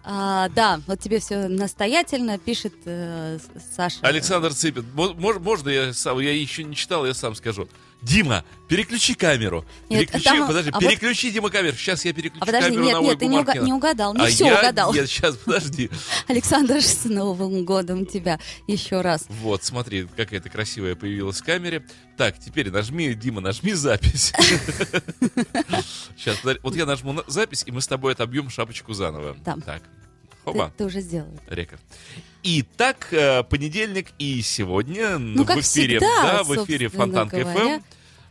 А, да, вот тебе все настоятельно пишет э, С- Саша. Александр Цыпин, мо- мож- можно я сам, я еще не читал, я сам скажу. Дима, переключи камеру. Нет, Переключи, там- подожди, а вот- переключи, Дима, камеру. Сейчас я переключу А подожди, камеру нет, на нет, Ольгу ты не, уга- Маркину. не угадал, не а все я, угадал. Нет, сейчас, подожди. Александр, с Новым годом тебя еще раз. Вот, смотри, какая ты красивая появилась в камере. Так, теперь нажми, Дима, нажми запись. Сейчас, подожди. вот я нажму на- запись, и мы с тобой отобьем шапочку заново. Да. Так, Ты, хоба, ты уже сделал. это. река. Итак, э, понедельник и сегодня Ну, как в эфире, всегда, да, в эфире собственно Фонтанка говоря. Ну, FM.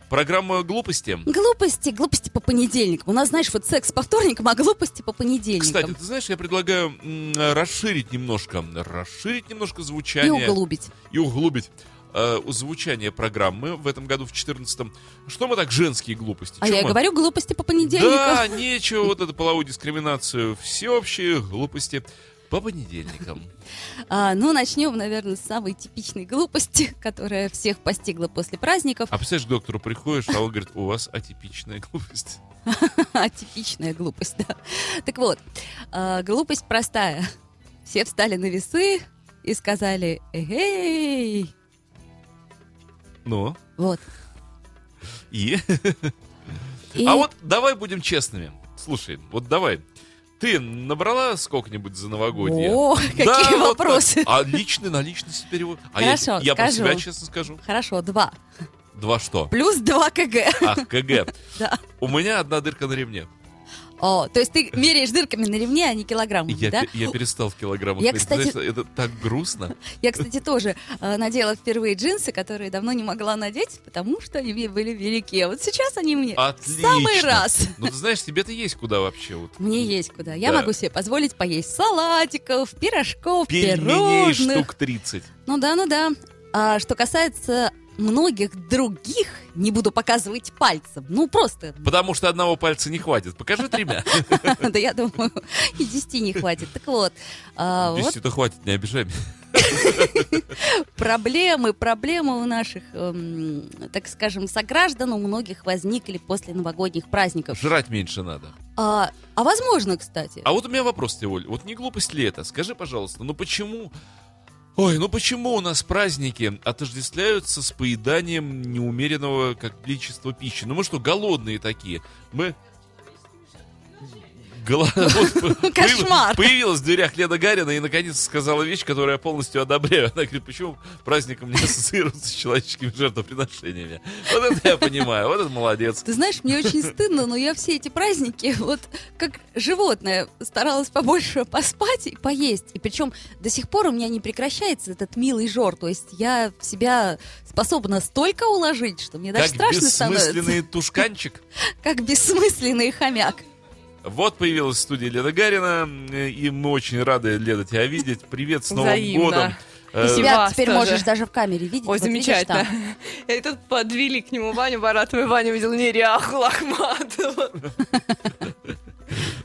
Программа глупости. Глупости, глупости по понедельникам. У нас, знаешь, вот секс по вторникам, а глупости по Кстати, понедельникам. ты знаешь, я предлагаю м, расширить немножко, расширить немножко И звучание. углубить. и углубить э, звучание программы в этом году, в 14-м. Что мы так женские глупости? А Чё я и мы? говорю глупости по понедельникам. Да, нечего вот эту половую дискриминацию, всеобщие глупости по понедельникам. А, ну, начнем, наверное, с самой типичной глупости, которая всех постигла после праздников. А представляешь, к доктору приходишь, а он говорит, у вас атипичная глупость. Атипичная глупость, да. Так вот, а, глупость простая. Все встали на весы и сказали «Эй!» Ну, Вот. и? И А вот давай будем честными. Слушай, вот давай. Ты набрала сколько-нибудь за новогодие? О, какие Да, вот так. вопросы. а личный на личности перевод? А я- Хорошо, я, про скажу. себя честно скажу. Хорошо, два. Два что? Плюс два КГ. Ах, КГ. Да. У меня одна дырка на ремне. О, то есть ты меряешь дырками на ремне, а не килограммами, Я, да? пе- я перестал в килограммах. Я, мерить. кстати- Знаешь, это так грустно. Я, кстати, тоже э, надела впервые джинсы, которые давно не могла надеть, потому что они мне были велики. А вот сейчас они мне в Отлично. самый раз. Ну, ты знаешь, тебе-то есть куда вообще. Вот. Мне есть куда. Я Да. могу себе позволить поесть салатиков, пирожков, Пельменей пирожных. штук 30. Ну да, ну да. А что касается многих других, не буду показывать пальцем. Ну просто, Потому что одного пальца не хватит. Покажи тремя. да я думаю, и десяти не хватит. Так вот, а, вот Десяти-то хватит, не обижай меня. проблемы, проблемы у наших, эм, так скажем, сограждан у многих возникли после новогодних праздников. Жрать меньше надо. А, а возможно, кстати. А вот у меня вопрос тебе, Оль. Вот не глупость ли это? Скажи, пожалуйста, ну почему... Ой, ну почему у нас праздники отождествляются с поеданием неумеренного как количества пищи? Ну мы что, голодные такие? Мы... гола- вот по- Кошмар. появ- Появилась в дверях Лена Гарина и наконец сказала вещь, которую я полностью одобряю. Она говорит, почему праздник у меня ассоциируется с человеческими жертвоприношениями? Вот это я понимаю, вот это молодец. Ты знаешь, мне очень стыдно, но я все эти праздники, вот как животное, старалась побольше поспать и поесть. И причем до сих пор у меня не прекращается этот милый жор. То есть я в себя способна столько уложить, что мне даже Как страшно становится. бессмысленный тушканчик. Как бессмысленный хомяк. Вот появилась студия Лена Гарина, э, и мы очень рады, Леда, тебя видеть. Привет, с Новым Взаимно. годом. Ты Э, себя вас теперь тоже. можешь даже в камере видеть. Ой, Вот видишь замечательно. там. И тут подвели к нему Ваню Баратова, и Ваня увидел неряху Лохматова.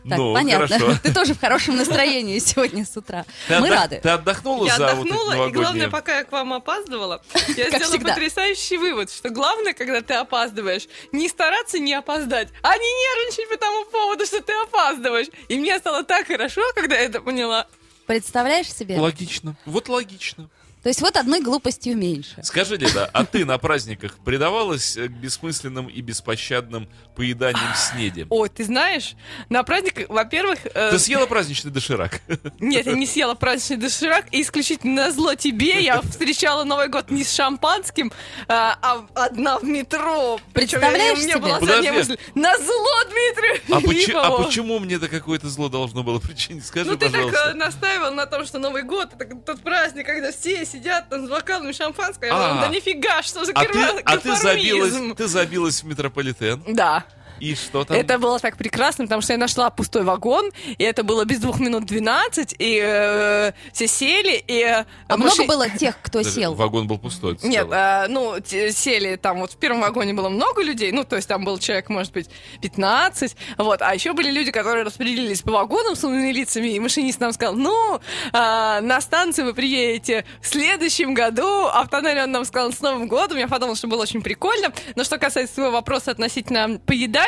Так, ну, понятно. хорошо. Ты тоже в хорошем настроении сегодня с утра. Ты Мы отдох- рады. Ты отдохнула Я за вот эти отдохнула, и главное, новогодние? пока я к вам опаздывала, я Как сделала всегда. потрясающий вывод, что главное, когда ты опаздываешь, не стараться не опоздать, а не нервничать по тому поводу, что ты опаздываешь. И мне стало так хорошо, когда я это поняла. Представляешь себе? Логично. Вот логично. То есть вот одной глупостью меньше. Скажи, Леда, а ты на праздниках предавалась э, к бессмысленным и беспощадным поеданиям снеди? Ой, ты знаешь, на праздник, во-первых... э, Ты съела праздничный доширак? Нет, я не съела праздничный доширак, и исключительно на зло тебе я встречала Новый год не с шампанским, а, а одна в метро. Причем я- Представляешь у меня себе? была задняя Подожди. мысль. На зло Дмитрию А, почи- а Филиппову. почему мне это какое-то зло должно было причинить? Скажи, Ну ты так э, пожалуйста. настаивал на том, что Новый год это тот праздник, когда все сидят там с бокалами шампанского. Я А. думала, да нифига, что за А ты, конформизм. а ты забилась, ты забилась в метрополитен? Да, И что там? это было так прекрасно, потому что я нашла пустой вагон, и это было без двух минут 12, и э, все сели, и... э, А маши- много было тех, кто Даже сел? Вагон был пустой. ты Нет, сказала. э, ну, те- сели там, вот в первом вагоне было много людей, ну, то есть там был человек, может быть, 15, вот, а еще были люди, которые распределились по вагонам с умными лицами, и машинист нам сказал, ну, а, на станцию вы приедете в следующем году, а в тоннеле он нам сказал, с Новым годом, я подумала, что было очень прикольно, но что касается твоего вопроса относительно поедания,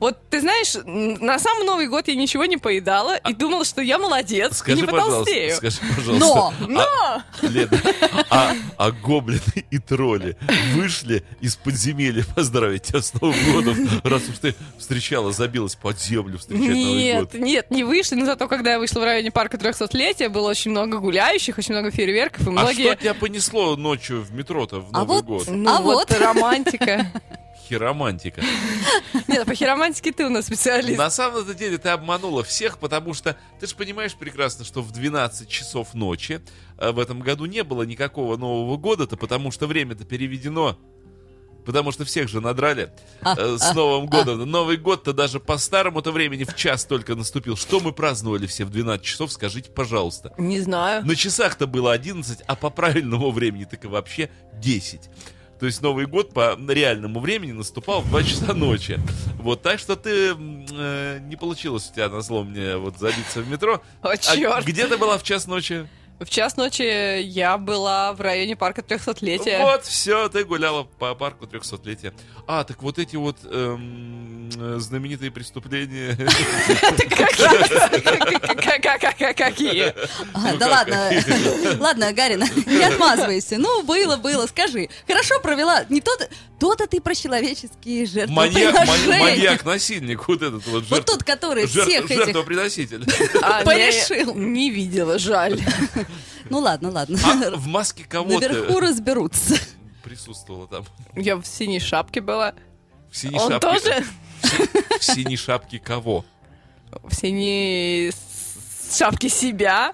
вот, ты знаешь, м, на сам Новый год я ничего не поедала и думала, что я молодец, и А Скажи, а не пожалуйста, потолстею. скажи, Но! пожалуйста. Но! Леда, а, а гоблины и тролли вышли из подземелья поздравить тебя с Новым годом, раз уж ты встречала, забилась под землю встречать Новый Нет, год. нет, не вышли, но зато когда я вышла в районе парка 300-летия, было очень много гуляющих, очень много фейерверков и А что многие... тебя понесло ночью в метро-то в А Новый вот- год? Ну А вот вот. романтика. Хиромантика. Нет, по хиромантике ты у нас специалист. На самом-то деле ты обманула всех, потому что ты же понимаешь прекрасно, что в 12 часов ночи э, в этом году не было никакого Нового года-то, потому что время-то переведено. Потому что всех же надрали э, с Новым годом. Новый год-то даже по старому-то времени в час только наступил. Что мы праздновали все в 12 часов, скажите, пожалуйста. Не знаю. На часах-то было 11, а по правильному времени так и вообще 10. То есть Новый год по реальному времени наступал в 2 часа ночи. Вот, так что ты... м, э, не получилось у тебя на зло мне вот забиться в метро. А О, черт. где ты была в час ночи? В час ночи я была в районе парка 300-летия. Вот, все, ты гуляла по парку 300-летия. А, так вот эти вот эм, э, знаменитые преступления... Это как раз. Как- как- как- как- Какие? А, Ну, да как? ладно, ладно, Гарина, не отмазывайся. Ну, было, было, скажи. Хорошо провела. Не то-то, то-то ты про человеческие Маньяк- ман- жертвоприношения. Маньяк-насильник, вот этот вот Вот жертв- тот, который жертв- всех этих... жертвоприноситель. А, не- Порешил. Не видела, жаль. Ну ладно, ладно. А в маске кого Наверху ты разберутся. присутствовала там? Я в синей шапке была. В синей Он шапке. тоже В синей шапке кого? в синей с- шапке себя.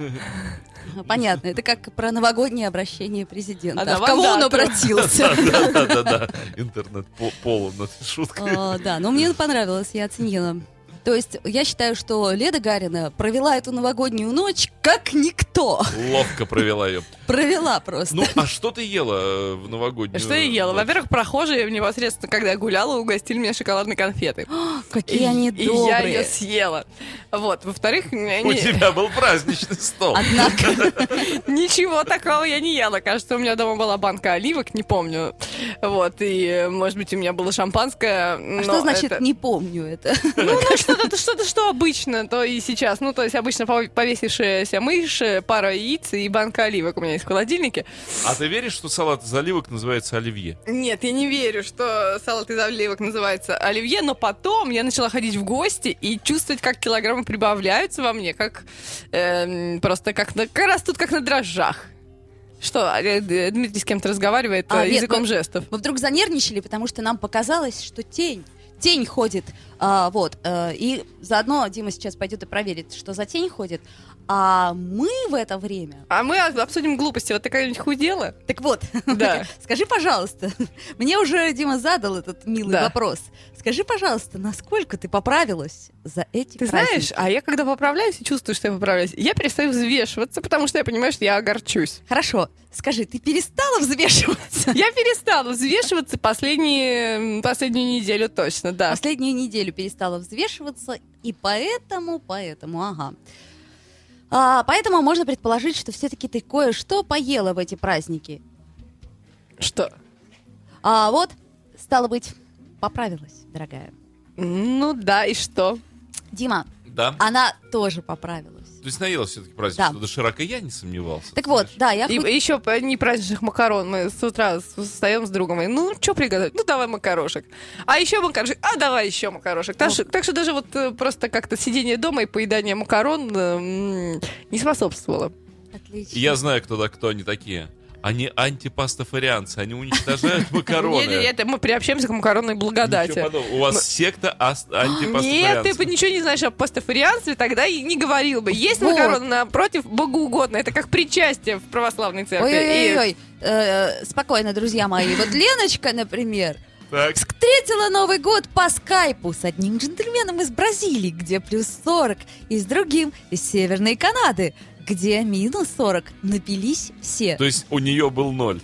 Понятно, это как про новогоднее обращение президента. А А в на кого он Вандату. обратился? Да-да-да, интернет по- полон этой шуткой. Э, Да, но мне понравилось, я оценила. То есть я считаю, что Леда Гарина провела эту новогоднюю ночь как никто. Ловко провела ее. Провела просто. Ну, а что ты ела э, в новогоднюю? Что я ела? ночь? Во-первых, прохожие непосредственно, когда я гуляла, угостили меня шоколадной конфеты. Какие они и я ее добрые. съела. Вот. Во-вторых, мне У не- А тебя был праздничный стол. Однако, ничего такого я не ела. Кажется, у меня дома была банка оливок, не помню. Вот. И, э, может быть, у меня было шампанское. а но что значит это- «не помню» это? Ну, ну, что-то, что-то, что обычно, то и сейчас. Ну, то есть обычно пов- повесившаяся мышь, э, пара яиц и банка оливок у меня есть в холодильнике. А ты веришь, что салат из оливок называется оливье? Нет, я не верю, что салат из оливок называется оливье, но потом я начала ходить в гости и чувствовать, как килограммы прибавляются во мне, как эм, просто как, на, как растут, как на дрожжах. Что, э, э, Дмитрий с кем-то разговаривает А, э, нет, языком мы- жестов. Мы вдруг занервничали, потому что нам показалось, что тень. Тень ходит, А, вот, э, и заодно Дима сейчас пойдет и проверит, что за тень ходит, а мы в это время... А мы об- обсудим глупости. Вот ты когда-нибудь худела? Так вот, Да. скажи, пожалуйста, мне уже Дима задал этот милый Да. вопрос, скажи, пожалуйста, насколько ты поправилась за эти Ты праздники? знаешь, а я когда поправляюсь и чувствую, что я поправляюсь, я перестаю взвешиваться, потому что я понимаю, что я огорчусь. Хорошо, скажи, ты перестала взвешиваться? Я перестала взвешиваться последние, последнюю неделю точно, да. Последнюю неделю перестала взвешиваться, и поэтому, поэтому, ага. А, поэтому можно предположить, что все-таки ты кое-что поела в эти праздники. Что? А вот, стало быть, поправилась, дорогая. Ну да, и что? Дима, Да. она тоже поправилась. А, То есть наелась все-таки праздник, Да. что доширака я не сомневался. Так вот, да, я И хоть- еще по- не праздничных макарон. Мы с утра с- встаем с другом. И, ну, что приготовить? Ну, давай макарошек. А еще макарошек. А, давай еще макарошек. Ну. Так, что, так что даже вот э, просто как-то сидение дома и поедание макарон э, м, не способствовало. Отлично. Я знаю, кто, да, кто они такие. Они антипастафарианцы, они уничтожают Не, не, макароны. это мы приобщаемся к макаронной Ничего благодати. подобного. типа У вас секта ас- Нет, ты бы антипастафарианцев. ничего не знаешь о пастафарианстве, тогда и не говорил бы. Есть Вот. макароны напротив, богоугодно. Это как причастие в православной церкви. И- Ой-ой-ой, э, спокойно, друзья мои. Вот Леночка, например, Так, Встретила Новый год по скайпу с одним джентльменом из Бразилии, где плюс 40, и с другим из Северной Канады, где минус 40. Напились все. то есть у нее был ноль.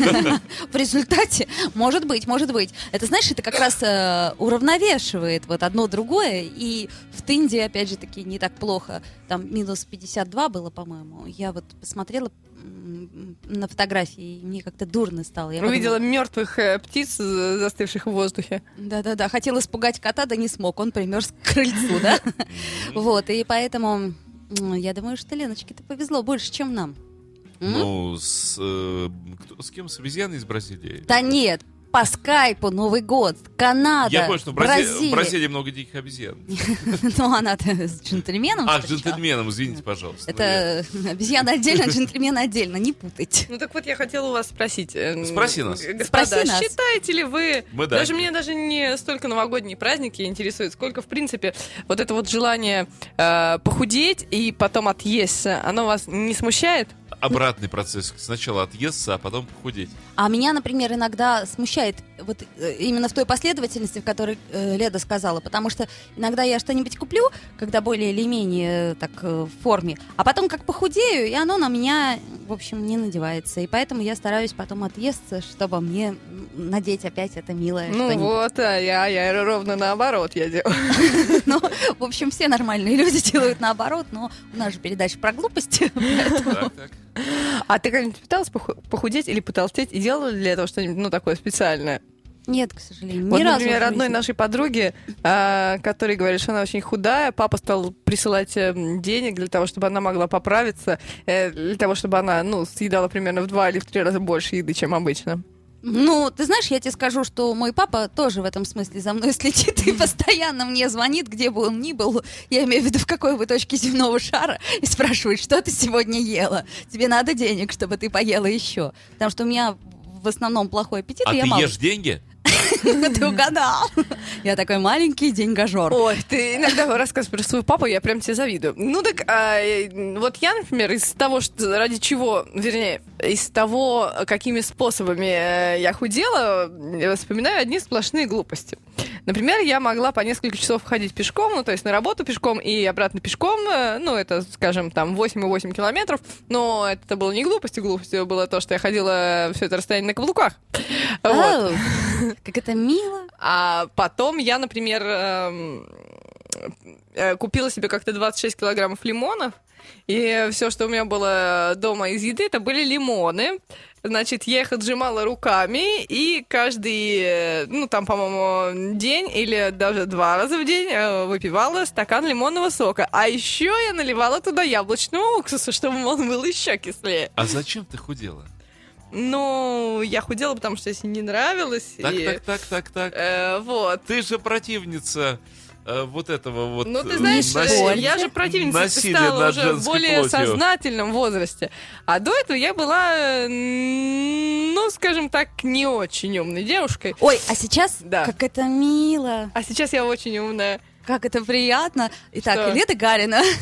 В результате, может быть, может быть. Это, знаешь, это как раз э, уравновешивает вот одно другое. И в Тынде, опять же таки, не так плохо. Там минус 52 было, по-моему. Я вот посмотрела м, на фотографии, и мне как-то дурно стало. Я Увидела мертвых э, птиц, э, застывших в воздухе. Да-да-да, хотел испугать кота, да не смог, он примерз к крыльцу, да? Вот, и поэтому м, я думаю, что Леночке-то повезло больше, чем нам. М? Ну, с, э, кто- с кем? С обезьяной из Бразилии? Да нет, по скайпу Новый год, Канада, Я понял, что в Брази- в Бразилия. Бразилии много диких обезьян. Ну, она-то с джентльменом А, с встречалась. джентльменом, извините, пожалуйста. Это обезьяна отдельно, джентльмен отдельно, не путайте. Ну так вот я хотела у вас спросить. э, Спроси нас. господа, Спроси нас. считаете ли вы... Мы да. Даже мне даже не столько новогодние праздники интересуют, сколько, в принципе, вот это вот желание э, похудеть и потом отъесться, оно вас не смущает? Ну, Обратный процесс. Сначала отъесться, а потом похудеть. А меня, например, иногда смущает вот э, именно в той последовательности, в которой э, Леда сказала, потому что иногда я что-нибудь куплю, когда более или менее э, так э, в форме, а потом как похудею, и оно на меня, в общем, не надевается. И поэтому я стараюсь потом отъесться, чтобы мне м, надеть опять это милое ну что-нибудь. вот, а я, я ровно наоборот я делаю. Ну, в общем, все нормальные люди делают наоборот, но у нас же передача про глупости. Так, так. А ты когда-нибудь пыталась поху- похудеть или потолстеть и делала ли для этого что-нибудь, ну, такое специальное? Нет, к сожалению, Вот, ни разу например, в одной жизни. нашей подруге, а, которой говорит, что она очень худая, папа стал присылать э, м, денег для того, чтобы она могла поправиться, э, для того, чтобы она, ну, съедала примерно в два или в три раза больше еды, чем обычно. Ну, ты знаешь, я тебе скажу, что мой папа тоже в этом смысле за мной следит и постоянно мне звонит, где бы он ни был, я имею в виду, в какой бы точке земного шара, и спрашивает, что ты сегодня ела? Тебе надо денег, чтобы ты поела еще. Потому что у меня в основном плохой аппетит, А и я ты мало. ешь деньги? Ты угадал. Я такой маленький деньгажор. Ой, ты иногда рассказываешь про своего папу, я прям тебе завидую. Ну так, а, э, вот я, например, из того, что, ради чего, вернее, из того, какими способами э, я худела, э, вспоминаю одни сплошные глупости. Например, я могла по несколько часов ходить пешком, ну, то есть на работу пешком и обратно пешком, э, ну, это, скажем, там 8,8 километров, но это было не глупостью, глупостью было то, что я ходила все это расстояние на каблуках. Вот. Ау, Как это мило. А потом я, например, эм, э, купила себе как-то 26 килограммов лимонов. И все, что у меня было дома из еды, это были лимоны, Значит, я их отжимала руками, и каждый, э, ну, там, по-моему, день или даже два раза в день э, выпивала стакан лимонного сока. А еще я наливала туда яблочного уксуса, чтобы он был еще кислее. А зачем ты худела? Ну, я худела, потому что если не нравилось. Так, и, так, так, так, так. э, вот. Ты же противница э, вот этого вот. Ну, ты э, знаешь, э, насилия. я же противницей Насилие стала над уже в женской более плотью. сознательном возрасте. А до этого я была, э, м, ну, скажем так, не очень умной девушкой. Ой, а сейчас Да. как это мило, А сейчас я очень умная. как это приятно. Итак, Что? Лето Гарина.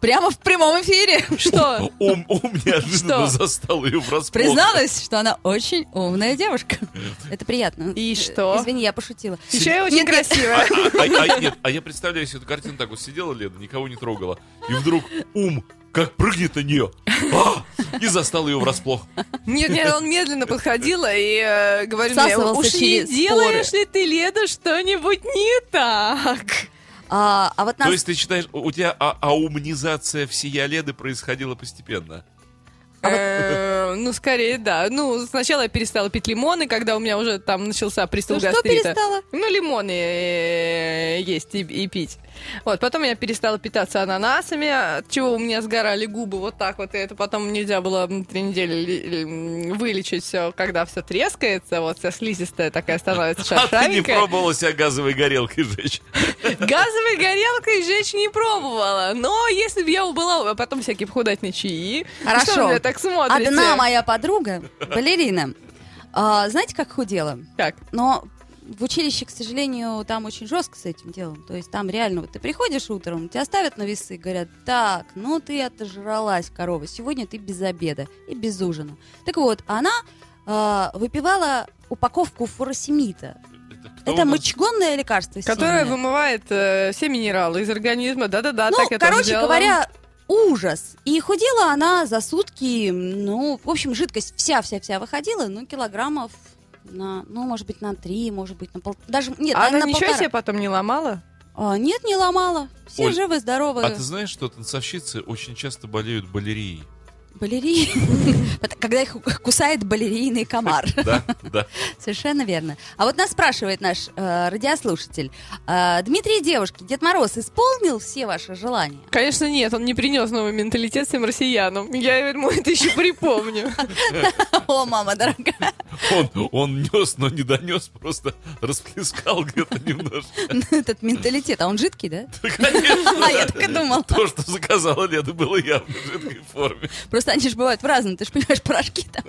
Прямо в прямом эфире. Что? Ум, ум неожиданно Что? застал ее врасплох. Призналась, что она очень умная девушка. Это приятно. И Э, что? Извини, я пошутила. Еще я очень Нет, нет. красивая. А, а- а- нет, а я представляю себе эту картину так вот сидела Лена, никого не трогала. И вдруг ум как прыгнет на нее. А! И застал ее врасплох. Нет, нет, он медленно подходил и э, говорил мне, Всасывался уж не через делаешь ли ты, Леда, что-нибудь не так? А, а вот нас... То есть ты считаешь, у тебя а- аумнизация всея Леды происходила постепенно? Э, Ну, скорее, да. Ну, сначала я перестала пить лимоны, когда у меня уже там начался Ну приступ что гастрита. перестала? Ну, лимоны э, есть и, и пить. Вот, потом я перестала питаться ананасами, от чего у меня сгорали губы вот так вот, и это потом нельзя было м, три недели ли- ли- м, вылечить все, когда все трескается, вот вся слизистая такая становится А ты не шершавенькая. пробовала себя газовой горелкой жечь? Газовой горелкой жечь не пробовала, но если бы я была, а потом всякие похудать чаи. Хорошо. А Что вы меня так смотрите? Одна моя подруга, балерина, а, знаете, как худела? Как? Но в училище, к сожалению, там очень жестко с этим делом. То есть там реально, вот ты приходишь утром, тебя ставят на весы и говорят, так, ну ты отожралась, корова, сегодня ты без обеда и без ужина. Так вот, она а, выпивала упаковку фуросемита. Ну кто у Это нас? мочегонное лекарство. Которая сильное. вымывает э, все минералы из организма. Да-да-да, Ну, А так я тоже короче делала. говоря, ужас. И худела она за сутки, ну, в общем, жидкость вся-вся-вся выходила, ну, килограммов на, ну, может быть, на три, может быть, на пол... Даже, нет, А наверное, она на ничего полтора. себе потом не ломала? А, нет, не ломала. Все Оль, живы, здоровы. А ты знаешь, что танцовщицы очень часто болеют балерией? Балерии. Это Когда их кусает балерийный комар. Да, да. Совершенно верно. А вот нас спрашивает наш э, радиослушатель. Э, Дмитрий, девушки, Дед Мороз исполнил все ваши желания? Конечно, нет, он не принес новый менталитет всем россиянам. Я ему это еще припомню. О, мама дорогая. Он, он нес, но не донес, просто расплескал где-то немножко. Ну, Этот менталитет, а он жидкий, да? Да, конечно, А я да. так и думала. То, что заказала Леда, было явно в жидкой форме. Просто они же бывают в разном, ты же понимаешь, порошки там.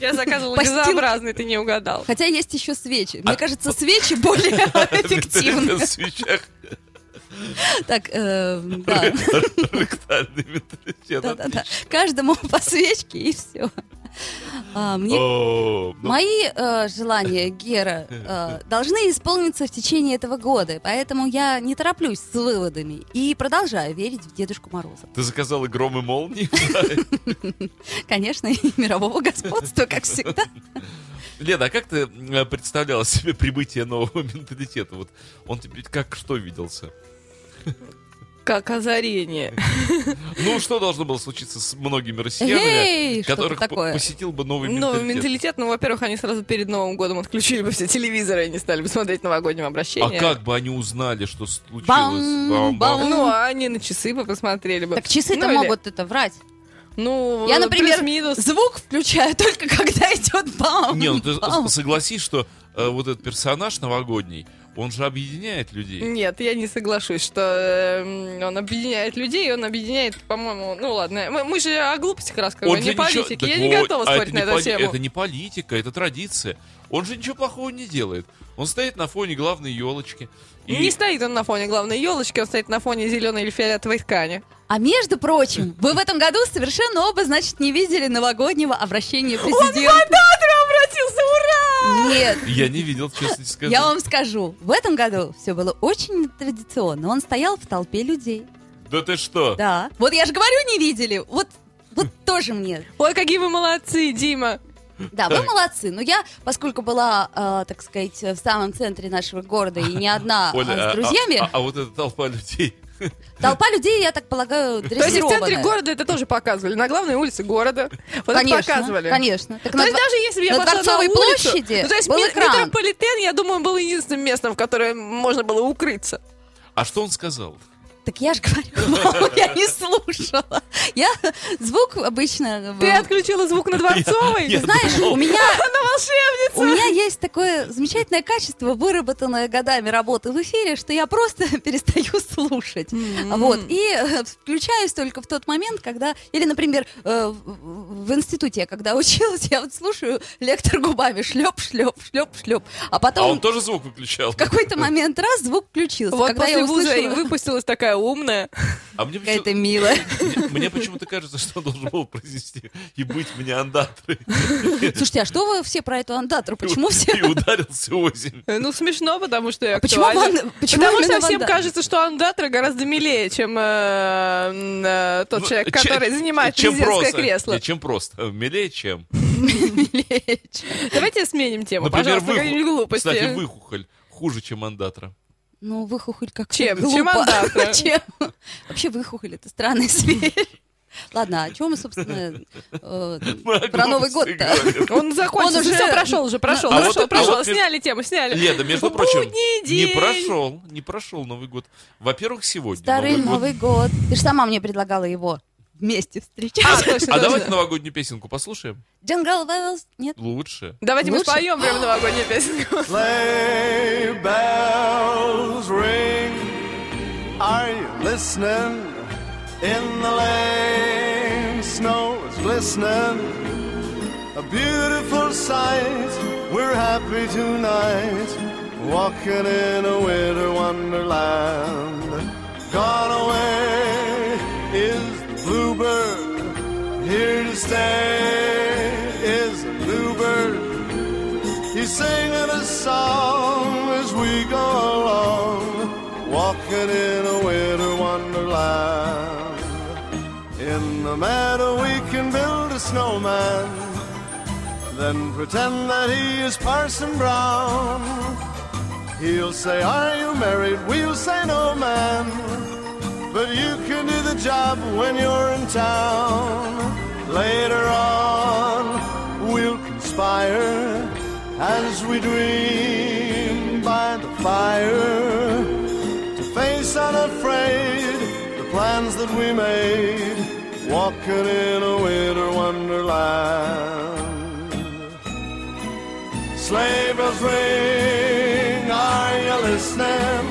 Я заказывала Постилки. газообразный, ты не угадал. Хотя есть еще свечи. А, Мне кажется, свечи более эффективны. В свечах Так, э, да. ректальный менталитет. Да-да-да. Каждому по свечке и все. Мне О, ну, Мои э, желания, Гера, э, должны исполниться в течение этого года, поэтому я не тороплюсь с выводами и продолжаю верить в Дедушку Мороза. Ты заказала гром и молнии? Конечно, и мирового господства, как всегда. Леда, а как ты э, представляла себе прибытие нового менталитета? Вот он тебе как что виделся? Как озарение. Ну, что должно было случиться с многими Эй, россиянами, что-то которых такое. по- посетил бы новый Новый менталитет? менталитет, ну, во-первых, они сразу перед Новым годом отключили бы все телевизоры и не стали бы смотреть новогодним А обращением. как бы они узнали, что случилось? Бам, бам. Ну, а они на часы бы посмотрели бы. Так часы-то Ну, или- могут это врать. Ну, Я, например, плюс-минус. звук включаю только когда идет бам. Не, ну ты бам. с- согласись, что э, вот этот персонаж новогодний, он же объединяет людей. Нет, я не соглашусь, что э, м, он объединяет людей, он объединяет, по-моему, ну ладно, мы, мы же о глупостях Он рассказываем, же не ничего- политики, Так я не вот, готова а это спорить на не эту поли- тему. Это не политика, это традиция. Он же ничего плохого не делает. Он стоит на фоне главной елочки. И... Не стоит он на фоне главной елочки, он стоит на фоне зеленой или фиолетовой ткани. А между прочим, вы в этом году совершенно оба, значит, не видели новогоднего обращения президента. Обратился, ура! Нет, Я не видел, честно скажу. Я вам скажу, в этом году все было очень традиционно. Он стоял в толпе людей. Да ты что? Да. Вот я же говорю, не видели. Вот, вот тоже мне. Ой, какие вы молодцы, Дима! Да, вы молодцы. Но я, поскольку была, э, так сказать, в самом центре нашего города и не одна, Оля, а а- с друзьями, А, а вот эта толпа людей Толпа людей, я так полагаю, То есть и в дрессированная. центре города это тоже показывали, на главной улице города. Вот это Конечно, показывали. конечно. Так То на есть два- даже если бы я на пошла на Дворцовой улицу, площади ну, то есть был мет- экран. метрополитен, я думаю, был единственным местом, в которое можно было укрыться. А что он сказал? Так я же говорю, мама, я не слушала. Я звук обычно... Ты э, отключила звук на Дворцовой? Я- я Знаешь, думал, у меня Она волшебница! У меня есть такое замечательное качество, выработанное годами работы в эфире, что я просто перестаю слушать. Вот. И э, включаюсь только в тот момент, когда... Или, например, э, в в институте, я когда училась, я вот слушаю лектор губами шлеп, шлеп, шлеп, шлеп. А А он потом тоже звук выключал. в какой-то момент раз звук включился. Вот когда я после вуза и услышала, выпустилась такая умная. А мне какая почему- ты милая. мне- мне почему-то кажется, что он должен был произнести и быть мне андатрой. Слушайте, а что вы все про эту андатру? Почему И все... ударился озимь. Э, Ну, смешно, потому что я почему актуальна. ван- почему Потому именно что всем вандатра? кажется, что андатра гораздо милее, чем э, м, э, тот Ну, человек, че- который занимает чем президентское просто. кресло. Не, чем просто. Милее, чем. Давайте сменим тему, ну, Например, пожалуйста, какие-нибудь выхухоль. глупости. Кстати, выхухоль хуже, чем андатра. Ну, выхухоль как-то Чем? глупо. Чем андатра? Чем? Вообще выхухоль — это странная зверь. Ладно, о чем мы, собственно, э, про Новый год-то? Он закончил, Он уже- все прошел уже, прошел. А Ну вот- что, а прошел, вот- сняли тему, сняли. Леда, между В прочим, будний не день. прошел, не прошел Новый год. Во-первых, сегодня Старый Новый год. Новый год. Ты же сама мне предлагала его вместе А, встречать. точно, А точно. давайте новогоднюю песенку послушаем. Джангал Вэллс? Нет? Лучше. Давайте мы Лучше? споем прям новогоднюю песенку. sleigh bells ring. Are you listening? In the lane, snow is glistening. A beautiful sight. We're happy tonight, walking in a winter wonderland. Gone away is the bluebird. Here to stay is the bluebird. He's singing a song as we go along, walking in a winter wonderland. In the meadow, we can build a snowman, then pretend that he is Parson Brown. He'll say, Are you married? We'll say, No, man. But you can do the job when you're in town. Later on, we'll conspire as we dream by the fire to face unafraid the plans that we made, walking in a winter wonderland. Sleigh bells ring, are you listening?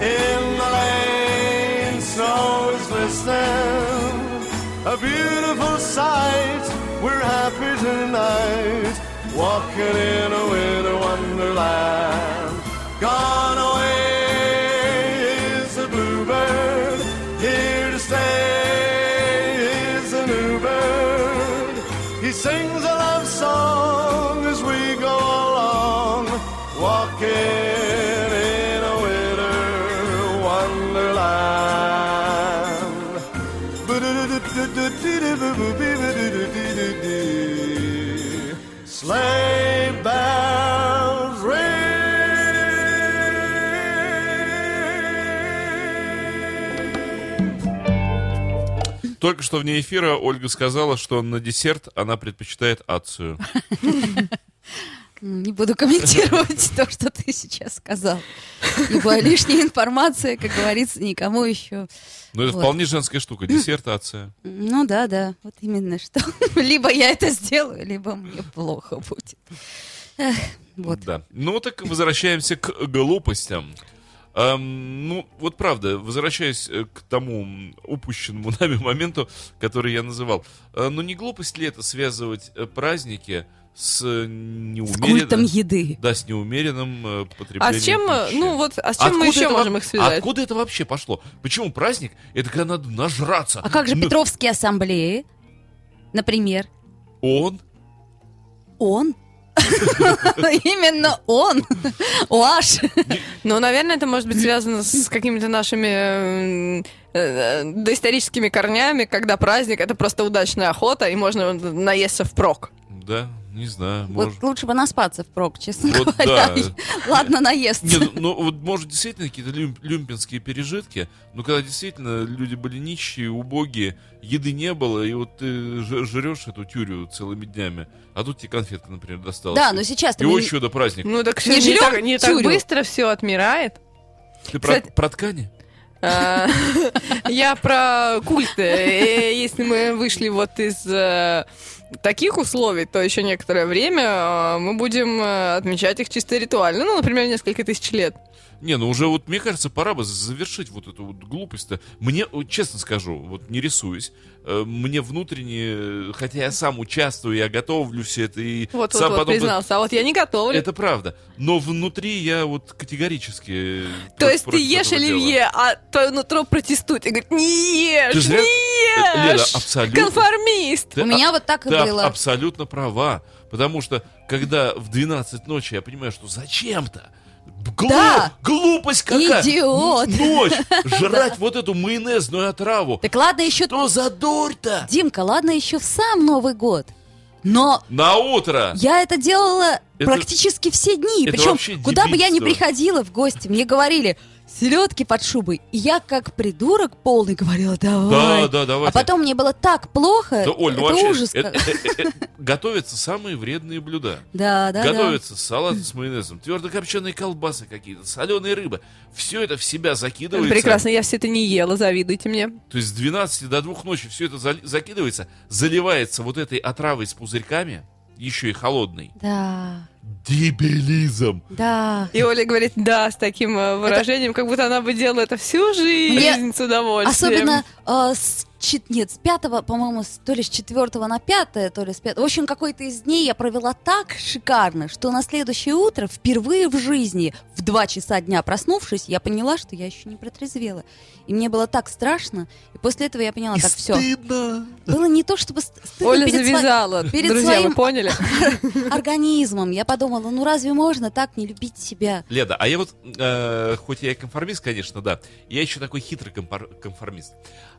In the lane, snow is glistening. A beautiful sight, we're happy tonight, walking in a winter wonderland. Gone away is a bluebird, here to stay is a new bird. He sings a love song as we go along, walking in a winter wonderland. Sleigh bells ring. Только что вне эфира Ольга сказала, что на десерт она предпочитает ацию. М, Не буду комментировать то, что ты сейчас сказал. Любая лишняя информация, как говорится, никому еще. Но Ну, это Вот. вполне женская штука. Десерт, ация. Ну да, да, вот именно что. Либо я это сделаю, либо мне плохо будет. Эх, Вот. Да. Ну так возвращаемся к глупостям. Эм, ну, вот правда, возвращаясь э, к тому м, упущенному нами моменту, который я называл. Э, ну, не глупость ли это связывать э, праздники с э, С неумеренным... культом еды. Да, с неумеренным э, потреблением А с чем, э, пищи. ну вот, а с чем мы Откуда еще это во- можем их связать? Откуда это вообще пошло? Почему праздник? Это когда надо нажраться. А как же Ну, Петровские ассамблеи? Например, Он? он. Именно он. Уаш. Ну, наверное, это может быть связано с какими-то нашими э, э, доисторическими корнями, когда праздник — это просто удачная охота, и можно наесться впрок. Да, Не знаю, может. Вот лучше бы наспаться впрок, честно Вот говоря. да. Ладно, наесться. Не, ну, ну, вот может действительно какие-то люм- люмпинские пережитки, но когда действительно люди были нищие, убогие, еды не было, и вот ты ж- жрешь эту тюрю целыми днями, а тут тебе конфетка, например, досталась. Да, но сейчас-то И мы о не- чудо праздник. Ну так Не не, жрём так, не так тюрю. быстро все отмирает. Ты про, кстати- про ткани? А, Я про культы. Э, Если мы вышли вот из э, таких условий, то еще некоторое время э, мы будем э, отмечать их чисто ритуально. Ну, например, несколько тысяч лет. Не, ну уже вот, мне кажется, пора бы завершить вот эту вот глупость-то. Мне, вот честно скажу, вот не рисуюсь, э, мне внутренне, э, хотя я сам участвую, я готовлю все это и Вот, вот, сам вот потом... признался. А вот я не готовлю. Это правда. Но внутри я вот категорически... То про- есть ты против ешь этого дела. оливье, а твое нутро протестует и говорит, не ешь, Ты зря- не Лена, ешь, абсолютно. конформист. Ты а- У меня вот так и Ты аб- было. абсолютно права. Потому что, когда в 12 ночи я понимаю, что зачем-то? Глу- Да. Глупость какая! Идиот. Н- Ночь! Жрать вот эту майонезную отраву! Так ладно еще... Что за дурь-то? Димка, ладно еще в сам Новый год. Но На утро! я это делала Это- практически все дни. это вообще Причем, куда бы я ни дебильство. приходила в гости, мне говорили, селедки под шубой. И я как придурок полный говорила, давай. Да, да, а давайте. потом мне было так плохо, Да, Оль, ну это вообще, ужас. э- как. э- э- э, готовятся самые вредные блюда. Да, да, да. Готовятся салаты с майонезом, твердокопченые колбасы какие-то, соленые рыбы. Все это в себя закидывается. Прекрасно, я все это не ела, завидуйте мне. То есть с 12 до 2 ночи все это зали- закидывается, заливается вот этой отравой с пузырьками, еще и холодной. Да, Дебилизм. да. И Оля говорит, да, с таким э, выражением, как будто она бы делала это всю жизнь Мне с удовольствием. Особенно э, с чет- нет, с пятого, по-моему, с- то ли с четвертого на пятое, то ли с пятого. В общем, какой-то из дней я провела так шикарно, что на следующее утро впервые в жизни в два часа дня проснувшись, я поняла, что я еще не протрезвела. И мне было так страшно. И после этого я поняла, И так все. стыдно. Было не то, чтобы ст- стыдно Оля перед сво- завязала. перед Друзья, своим- вы поняли? организмом. Я подумала, ну разве можно так не любить себя? Леда, а я вот, э, хоть я и конформист, конечно, да, я еще такой хитрый компор- конформист.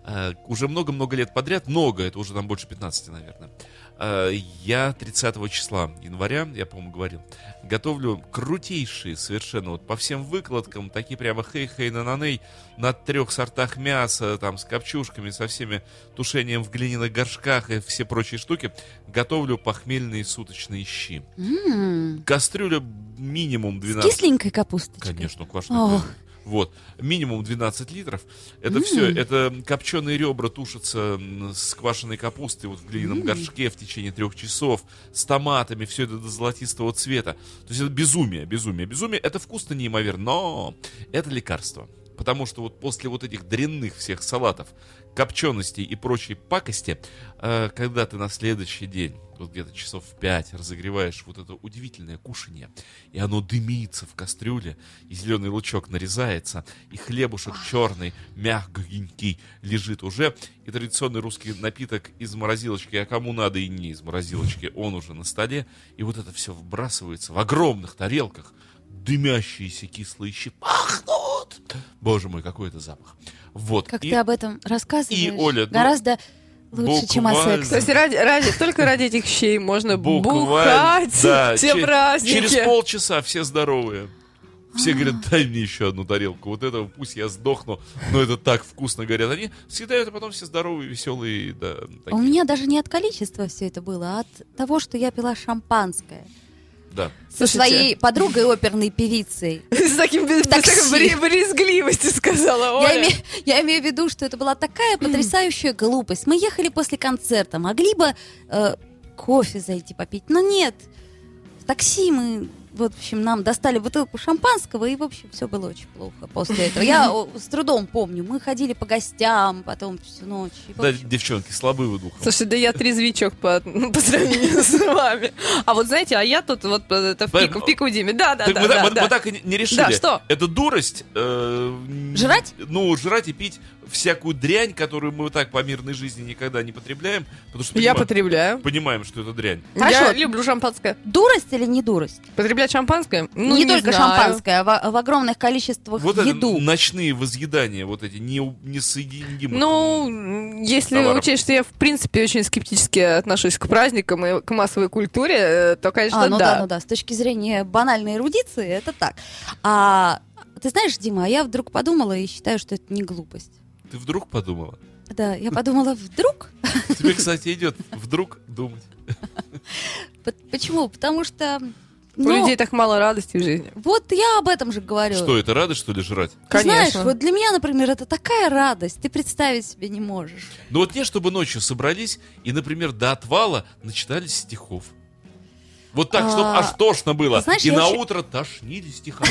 Э, уже много-много лет подряд, много, это уже там больше 15, наверное. э, я 30 числа января, я, по-моему, говорил, готовлю крутейшие совершенно, вот по всем выкладкам, такие прямо хей-хей на наней, на трех сортах мяса, там, с копчушками, со всеми тушением в глиняных горшках и все прочие штуки, готовлю похмельные суточные щи. М, Кастрюля минимум С 12 кисленькой капусточкой. Конечно, Ох. квашеная кожа. Вот. Минимум 12 литров. Это все. Это копченые ребра тушатся м, с квашеной капустой вот в глиняном горшке в течение трех часов, с томатами, все это до золотистого цвета. То есть это безумие, безумие, безумие. Это вкусно неимоверно, но это лекарство. Потому что вот после вот этих дрянных всех салатов, копченостей и прочей пакости, э, когда ты на следующий день, вот где-то часов в пять, разогреваешь вот это удивительное кушанье, и оно дымится в кастрюле, и зеленый лучок нарезается, и хлебушек черный, мягкий, лежит уже, и традиционный русский напиток из морозилочки, а кому надо и не из морозилочки, он уже на столе, и вот это все вбрасывается в огромных тарелках, дымящиеся кислые щи пахнут. Боже мой, какой это запах. Вот. Как и- ты об этом рассказываешь? и, Оля, ну, гораздо лучше, чем о буквально- То сексе. есть ради, ради, только ради этих щей можно Буквально, бухать да, все че- праздники. Через полчаса все здоровые. Все говорят, дай мне еще одну тарелку. Вот этого пусть я сдохну, но это так вкусно, говорят они. Съедают, а потом все здоровые, веселые. Да, А У такие. меня даже не от количества все это было, а от того, что я пила шампанское Да. со Слушайте. своей подругой оперной певицей. С таким без, без Такси. такой бри- брезгливости сказала Оля. Я име- я имею, в виду, что это была такая потрясающая глупость. Мы ехали после концерта, могли бы э, кофе зайти попить, но нет. В такси мы, вот, в общем, нам достали бутылку шампанского, и, в общем, все было очень плохо после этого. Я о, с трудом помню, мы ходили по гостям потом всю ночь. и, в Да, общем, девчонки, слабы вы духом. Слушай, да я трезвичок по, по сравнению с вами. А вот знаете, а я тут вот э, это в Да, пику, в пику Диме. Да, да, Так да. мы, да, так- мы- да. мы так и не решили. Да, что? Это дурость. э, м, Жрать? Ну, жрать и пить всякую дрянь, которую мы вот так по мирной жизни никогда не потребляем, потому что Я понима- потребляю. понимаем, что это дрянь. Я Хорошо. люблю шампанское. Дурость или не дурость? Потреблять шампанское? Ну, не, только знаю. шампанское, а в, в огромных количествах Вот еду. это ночные возъедания, вот эти не, несоединимых. Ну, м, если Товаров. учесть, что я, в принципе, очень скептически отношусь к праздникам и к массовой культуре, э, то, конечно, А, ну да. да. ну да. С точки зрения банальной эрудиции, это так. А ты знаешь, Дима, а я вдруг подумала и считаю, что это не глупость. Ты вдруг подумала? Да, я подумала, вдруг Тебе, кстати, идет вдруг думать. П- Почему? Потому что... У ну, людей так мало радости в жизни. Вот я об этом же говорю. Что, это рады, что ли, жрать? Ты знаешь, Конечно. вот для меня, например, это такая радость, ты представить себе не можешь. Ну вот не, чтобы ночью собрались и, например, до отвала начитали стихов. Вот так, чтобы А, аж тошно было. ты знаешь, и я на очень- утро тошнили стихами.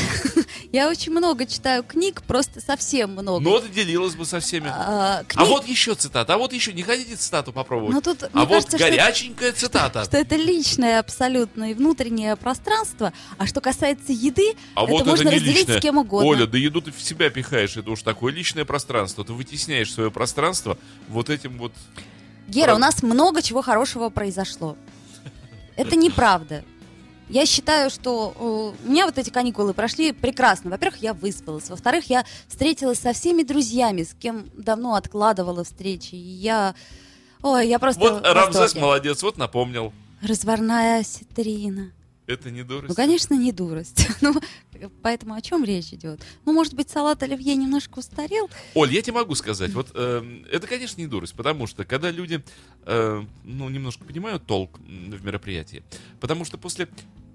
Я очень много читаю книг, просто совсем много. Ну вот и делилась бы со всеми. А, А, книг- вот еще цитата, а вот еще, не хотите цитату попробовать? Но Ну тут, а мне вот кажется, что это- горяченькая цитата. что это личное абсолютно и внутреннее пространство, а что касается еды, а вот это можно не разделить личное. с кем угодно. Оля, да еду ты в себя пихаешь, это уж такое личное пространство. Ты вытесняешь свое пространство вот этим вот... Гера, Правда. у нас много чего хорошего произошло. Это неправда. Я считаю, что э, у меня вот эти каникулы прошли прекрасно. Во-первых, я выспалась. Во-вторых, я встретилась со всеми друзьями, с кем давно откладывала встречи. И я... Ой, я просто... Вот в Рамзес восторге. молодец, вот напомнил. Разварная осетрина. Это не дурость. Ну, конечно, не дурость. ну, поэтому о чем речь идет? Ну, может быть, салат оливье немножко устарел? Оль, я тебе могу сказать, вот эм, это, конечно, не дурость, потому что когда люди, э, ну, немножко понимают толк м, в мероприятии, потому что после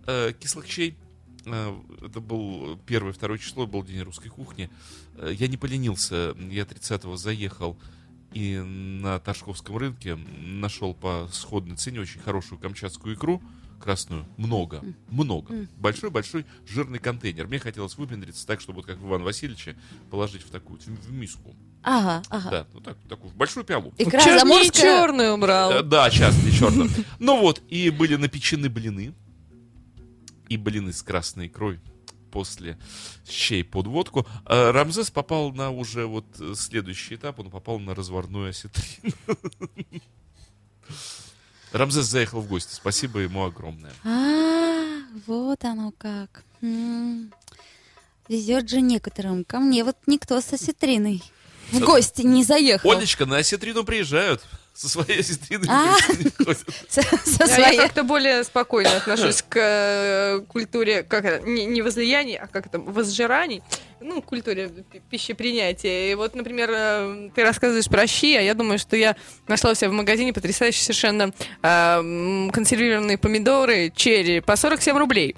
э, кислых чей, э, это был первое, второе число, был день русской кухни, э, я не поленился, я 30-го заехал и на Ташковском рынке нашел по сходной цене очень хорошую камчатскую икру, красную, много, много. М. Большой-большой жирный контейнер. Мне хотелось выпендриться так, чтобы вот как в Ивана Васильевича положить в такую, в- в миску. Ага, ага. Да, ну так, такую большую пиалу. Икра Чёрт, не заморская. черную Э, брал. Да, часто, черт. Ну вот, и были напечены блины. И блины с красной икрой после щей под водку. Э, Рамзес попал на уже вот э, следующий этап, он попал на разварную осетрину. Рамзес заехал в гости, спасибо ему огромное. А, вот оно как. М. Везет же некоторым. Ко мне вот никто с осетриной в гости не заехал. Олечка, на осетрину приезжают, со своей осетриной А. не ходят. Со- со А своей- Я как-то более спокойно отношусь к э, культуре, как это, не, не возлияний, а как это, возжираний, ну, к культуре пи- пищепринятия. И вот, например, э, ты рассказываешь про щи, а я думаю, что я нашла у себя в магазине потрясающие совершенно э, м, консервированные помидоры, черри по 47 рублей.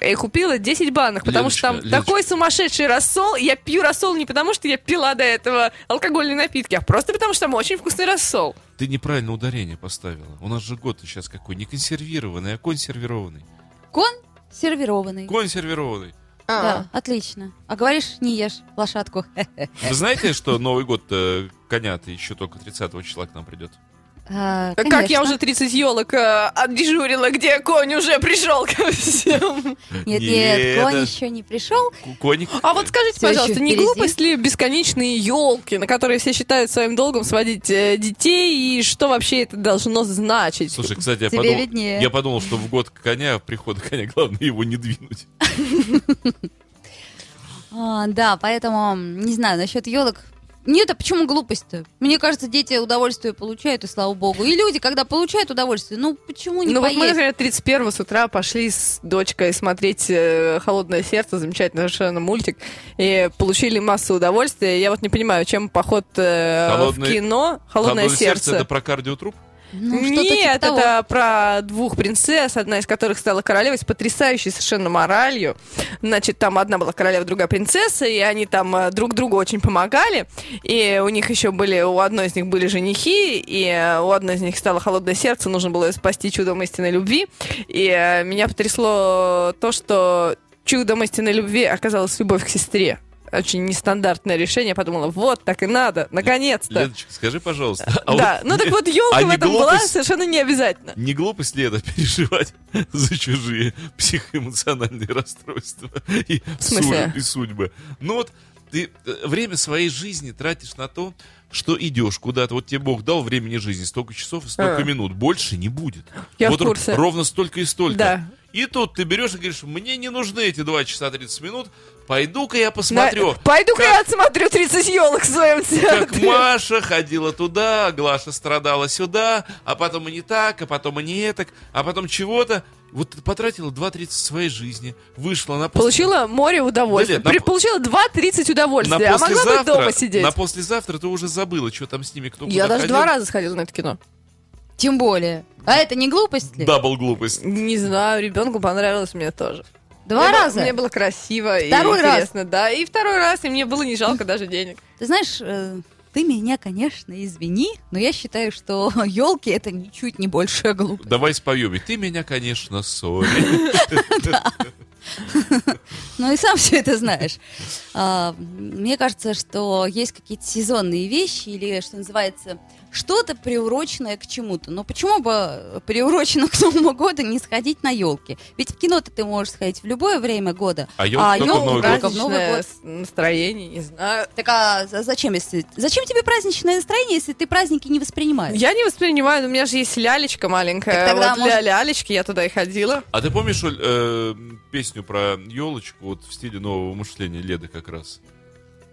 И купила 10 банок, потому что там Лидочка, Лидочка. такой сумасшедший рассол. Я пью рассол не потому, что я пила до этого алкогольные напитки, а просто потому, что там очень вкусный рассол. Ты неправильно ударение поставила. У нас же год сейчас какой, не консервированный, а консервированный. Кон сервированный. Консервированный. Да, отлично. А говоришь, не ешь лошадку. А, Вы знаете, что Новый год э, коня ты еще только 30 числа к нам придет? А, Так Как я конечно. уже 30 елок э, отдежурила, где конь уже пришел ко всем. Нет, Нет, нет, конь это- еще не пришел. К- Коник. А вот скажите, Всё ещё пожалуйста, не впереди. глупость ли бесконечные елки, на которые все считают своим долгом сводить э, детей, и что вообще это должно значить? Слушай, кстати, я Тебе подумал, виднее. я подумал, что в год коня, прихода коня, главное его не двинуть. А, да, поэтому не знаю насчет елок. Нет, а почему глупость-то? Мне кажется, дети удовольствие получают, и слава богу. И люди, когда получают удовольствие, ну почему не ну вот мы, поесть? например, 31 с утра пошли с дочкой смотреть э, «Холодное сердце», замечательный совершенно мультик, и получили массу удовольствия. Я вот не понимаю, чем поход э, Холодное- в кино «Холодное, Холодное сердце» ну, это про кардиотруп? Ну, что-то Нет, типа того. это про двух принцесс, одна из которых стала королевой с потрясающей совершенно моралью. Значит, там одна была королева, другая принцесса, и они там э, друг другу очень помогали. И у них еще были, у одной из них были женихи, и э, у одной из них стало холодное сердце, нужно было ее спасти чудом истинной любви. И э, меня потрясло то, что чудом истинной любви оказалась любовь к сестре. Очень нестандартное решение. Я подумала, вот так и надо, наконец-то. Леночка, скажи, пожалуйста. а да, вот ну так не- вот елка а в не этом была глупость? совершенно не обязательно. Не глупость ли это переживать за чужие психоэмоциональные расстройства и, смысле? и судьбы? Ну вот, ты ты э, время своей жизни тратишь на то, что идешь куда-то. Вот тебе Бог дал времени жизни столько часов и столько А. минут. Больше не будет. Я в вот р- курсе. ровно столько и столько. Да. И тут ты берешь и говоришь, мне не нужны эти 2 часа 30 минут, пойду-ка я На- посмотрю. Пойду-ка как- я отсмотрю 30 елок в своем Как театре. Маша ходила туда, а Глаша страдала сюда, а потом и не так, а потом и не так, а потом чего-то. Вот ты потратила 2.30 своей жизни, вышла на после- Получила море удовольствия. Да нет, на При- по- Получила 2.30 на удовольствия. А могла бы дома сидеть. на послезавтра ты уже забыла, что там с ними кто Я куда даже ходил. два раза сходила на это кино. Тем более. А это не глупость ли? Дабл глупость. Не знаю, ребенку понравилось мне тоже. Два Мне было- раза. Мне было красиво Второй и раз. интересно, да. И второй раз, и мне было не жалко даже денег. Ты знаешь, э, ты меня, конечно, извини, но я считаю, что елки это ничуть не большая глупость. Давай споем. И ты меня, конечно, сори. Ну и сам все это знаешь. А, Мне кажется, что есть какие-то сезонные вещи или, что называется, что-то приуроченное к чему-то. Но почему бы приурочено к Новому году не сходить на елки? Ведь в кино-то ты можешь сходить в любое время года. А ёлка только в ёлку Новый год. только в Новый Праздничное год. с- настроение, не знаю. Так а за- зачем, если... Зачем тебе праздничное настроение, если ты праздники не воспринимаешь? Я не воспринимаю, но у меня же есть лялечка маленькая. Так тогда, вот для может- лялечки я туда и ходила. А ты помнишь, Оль, э, песню про елочку вот в стиле нового мышления Леды как раз?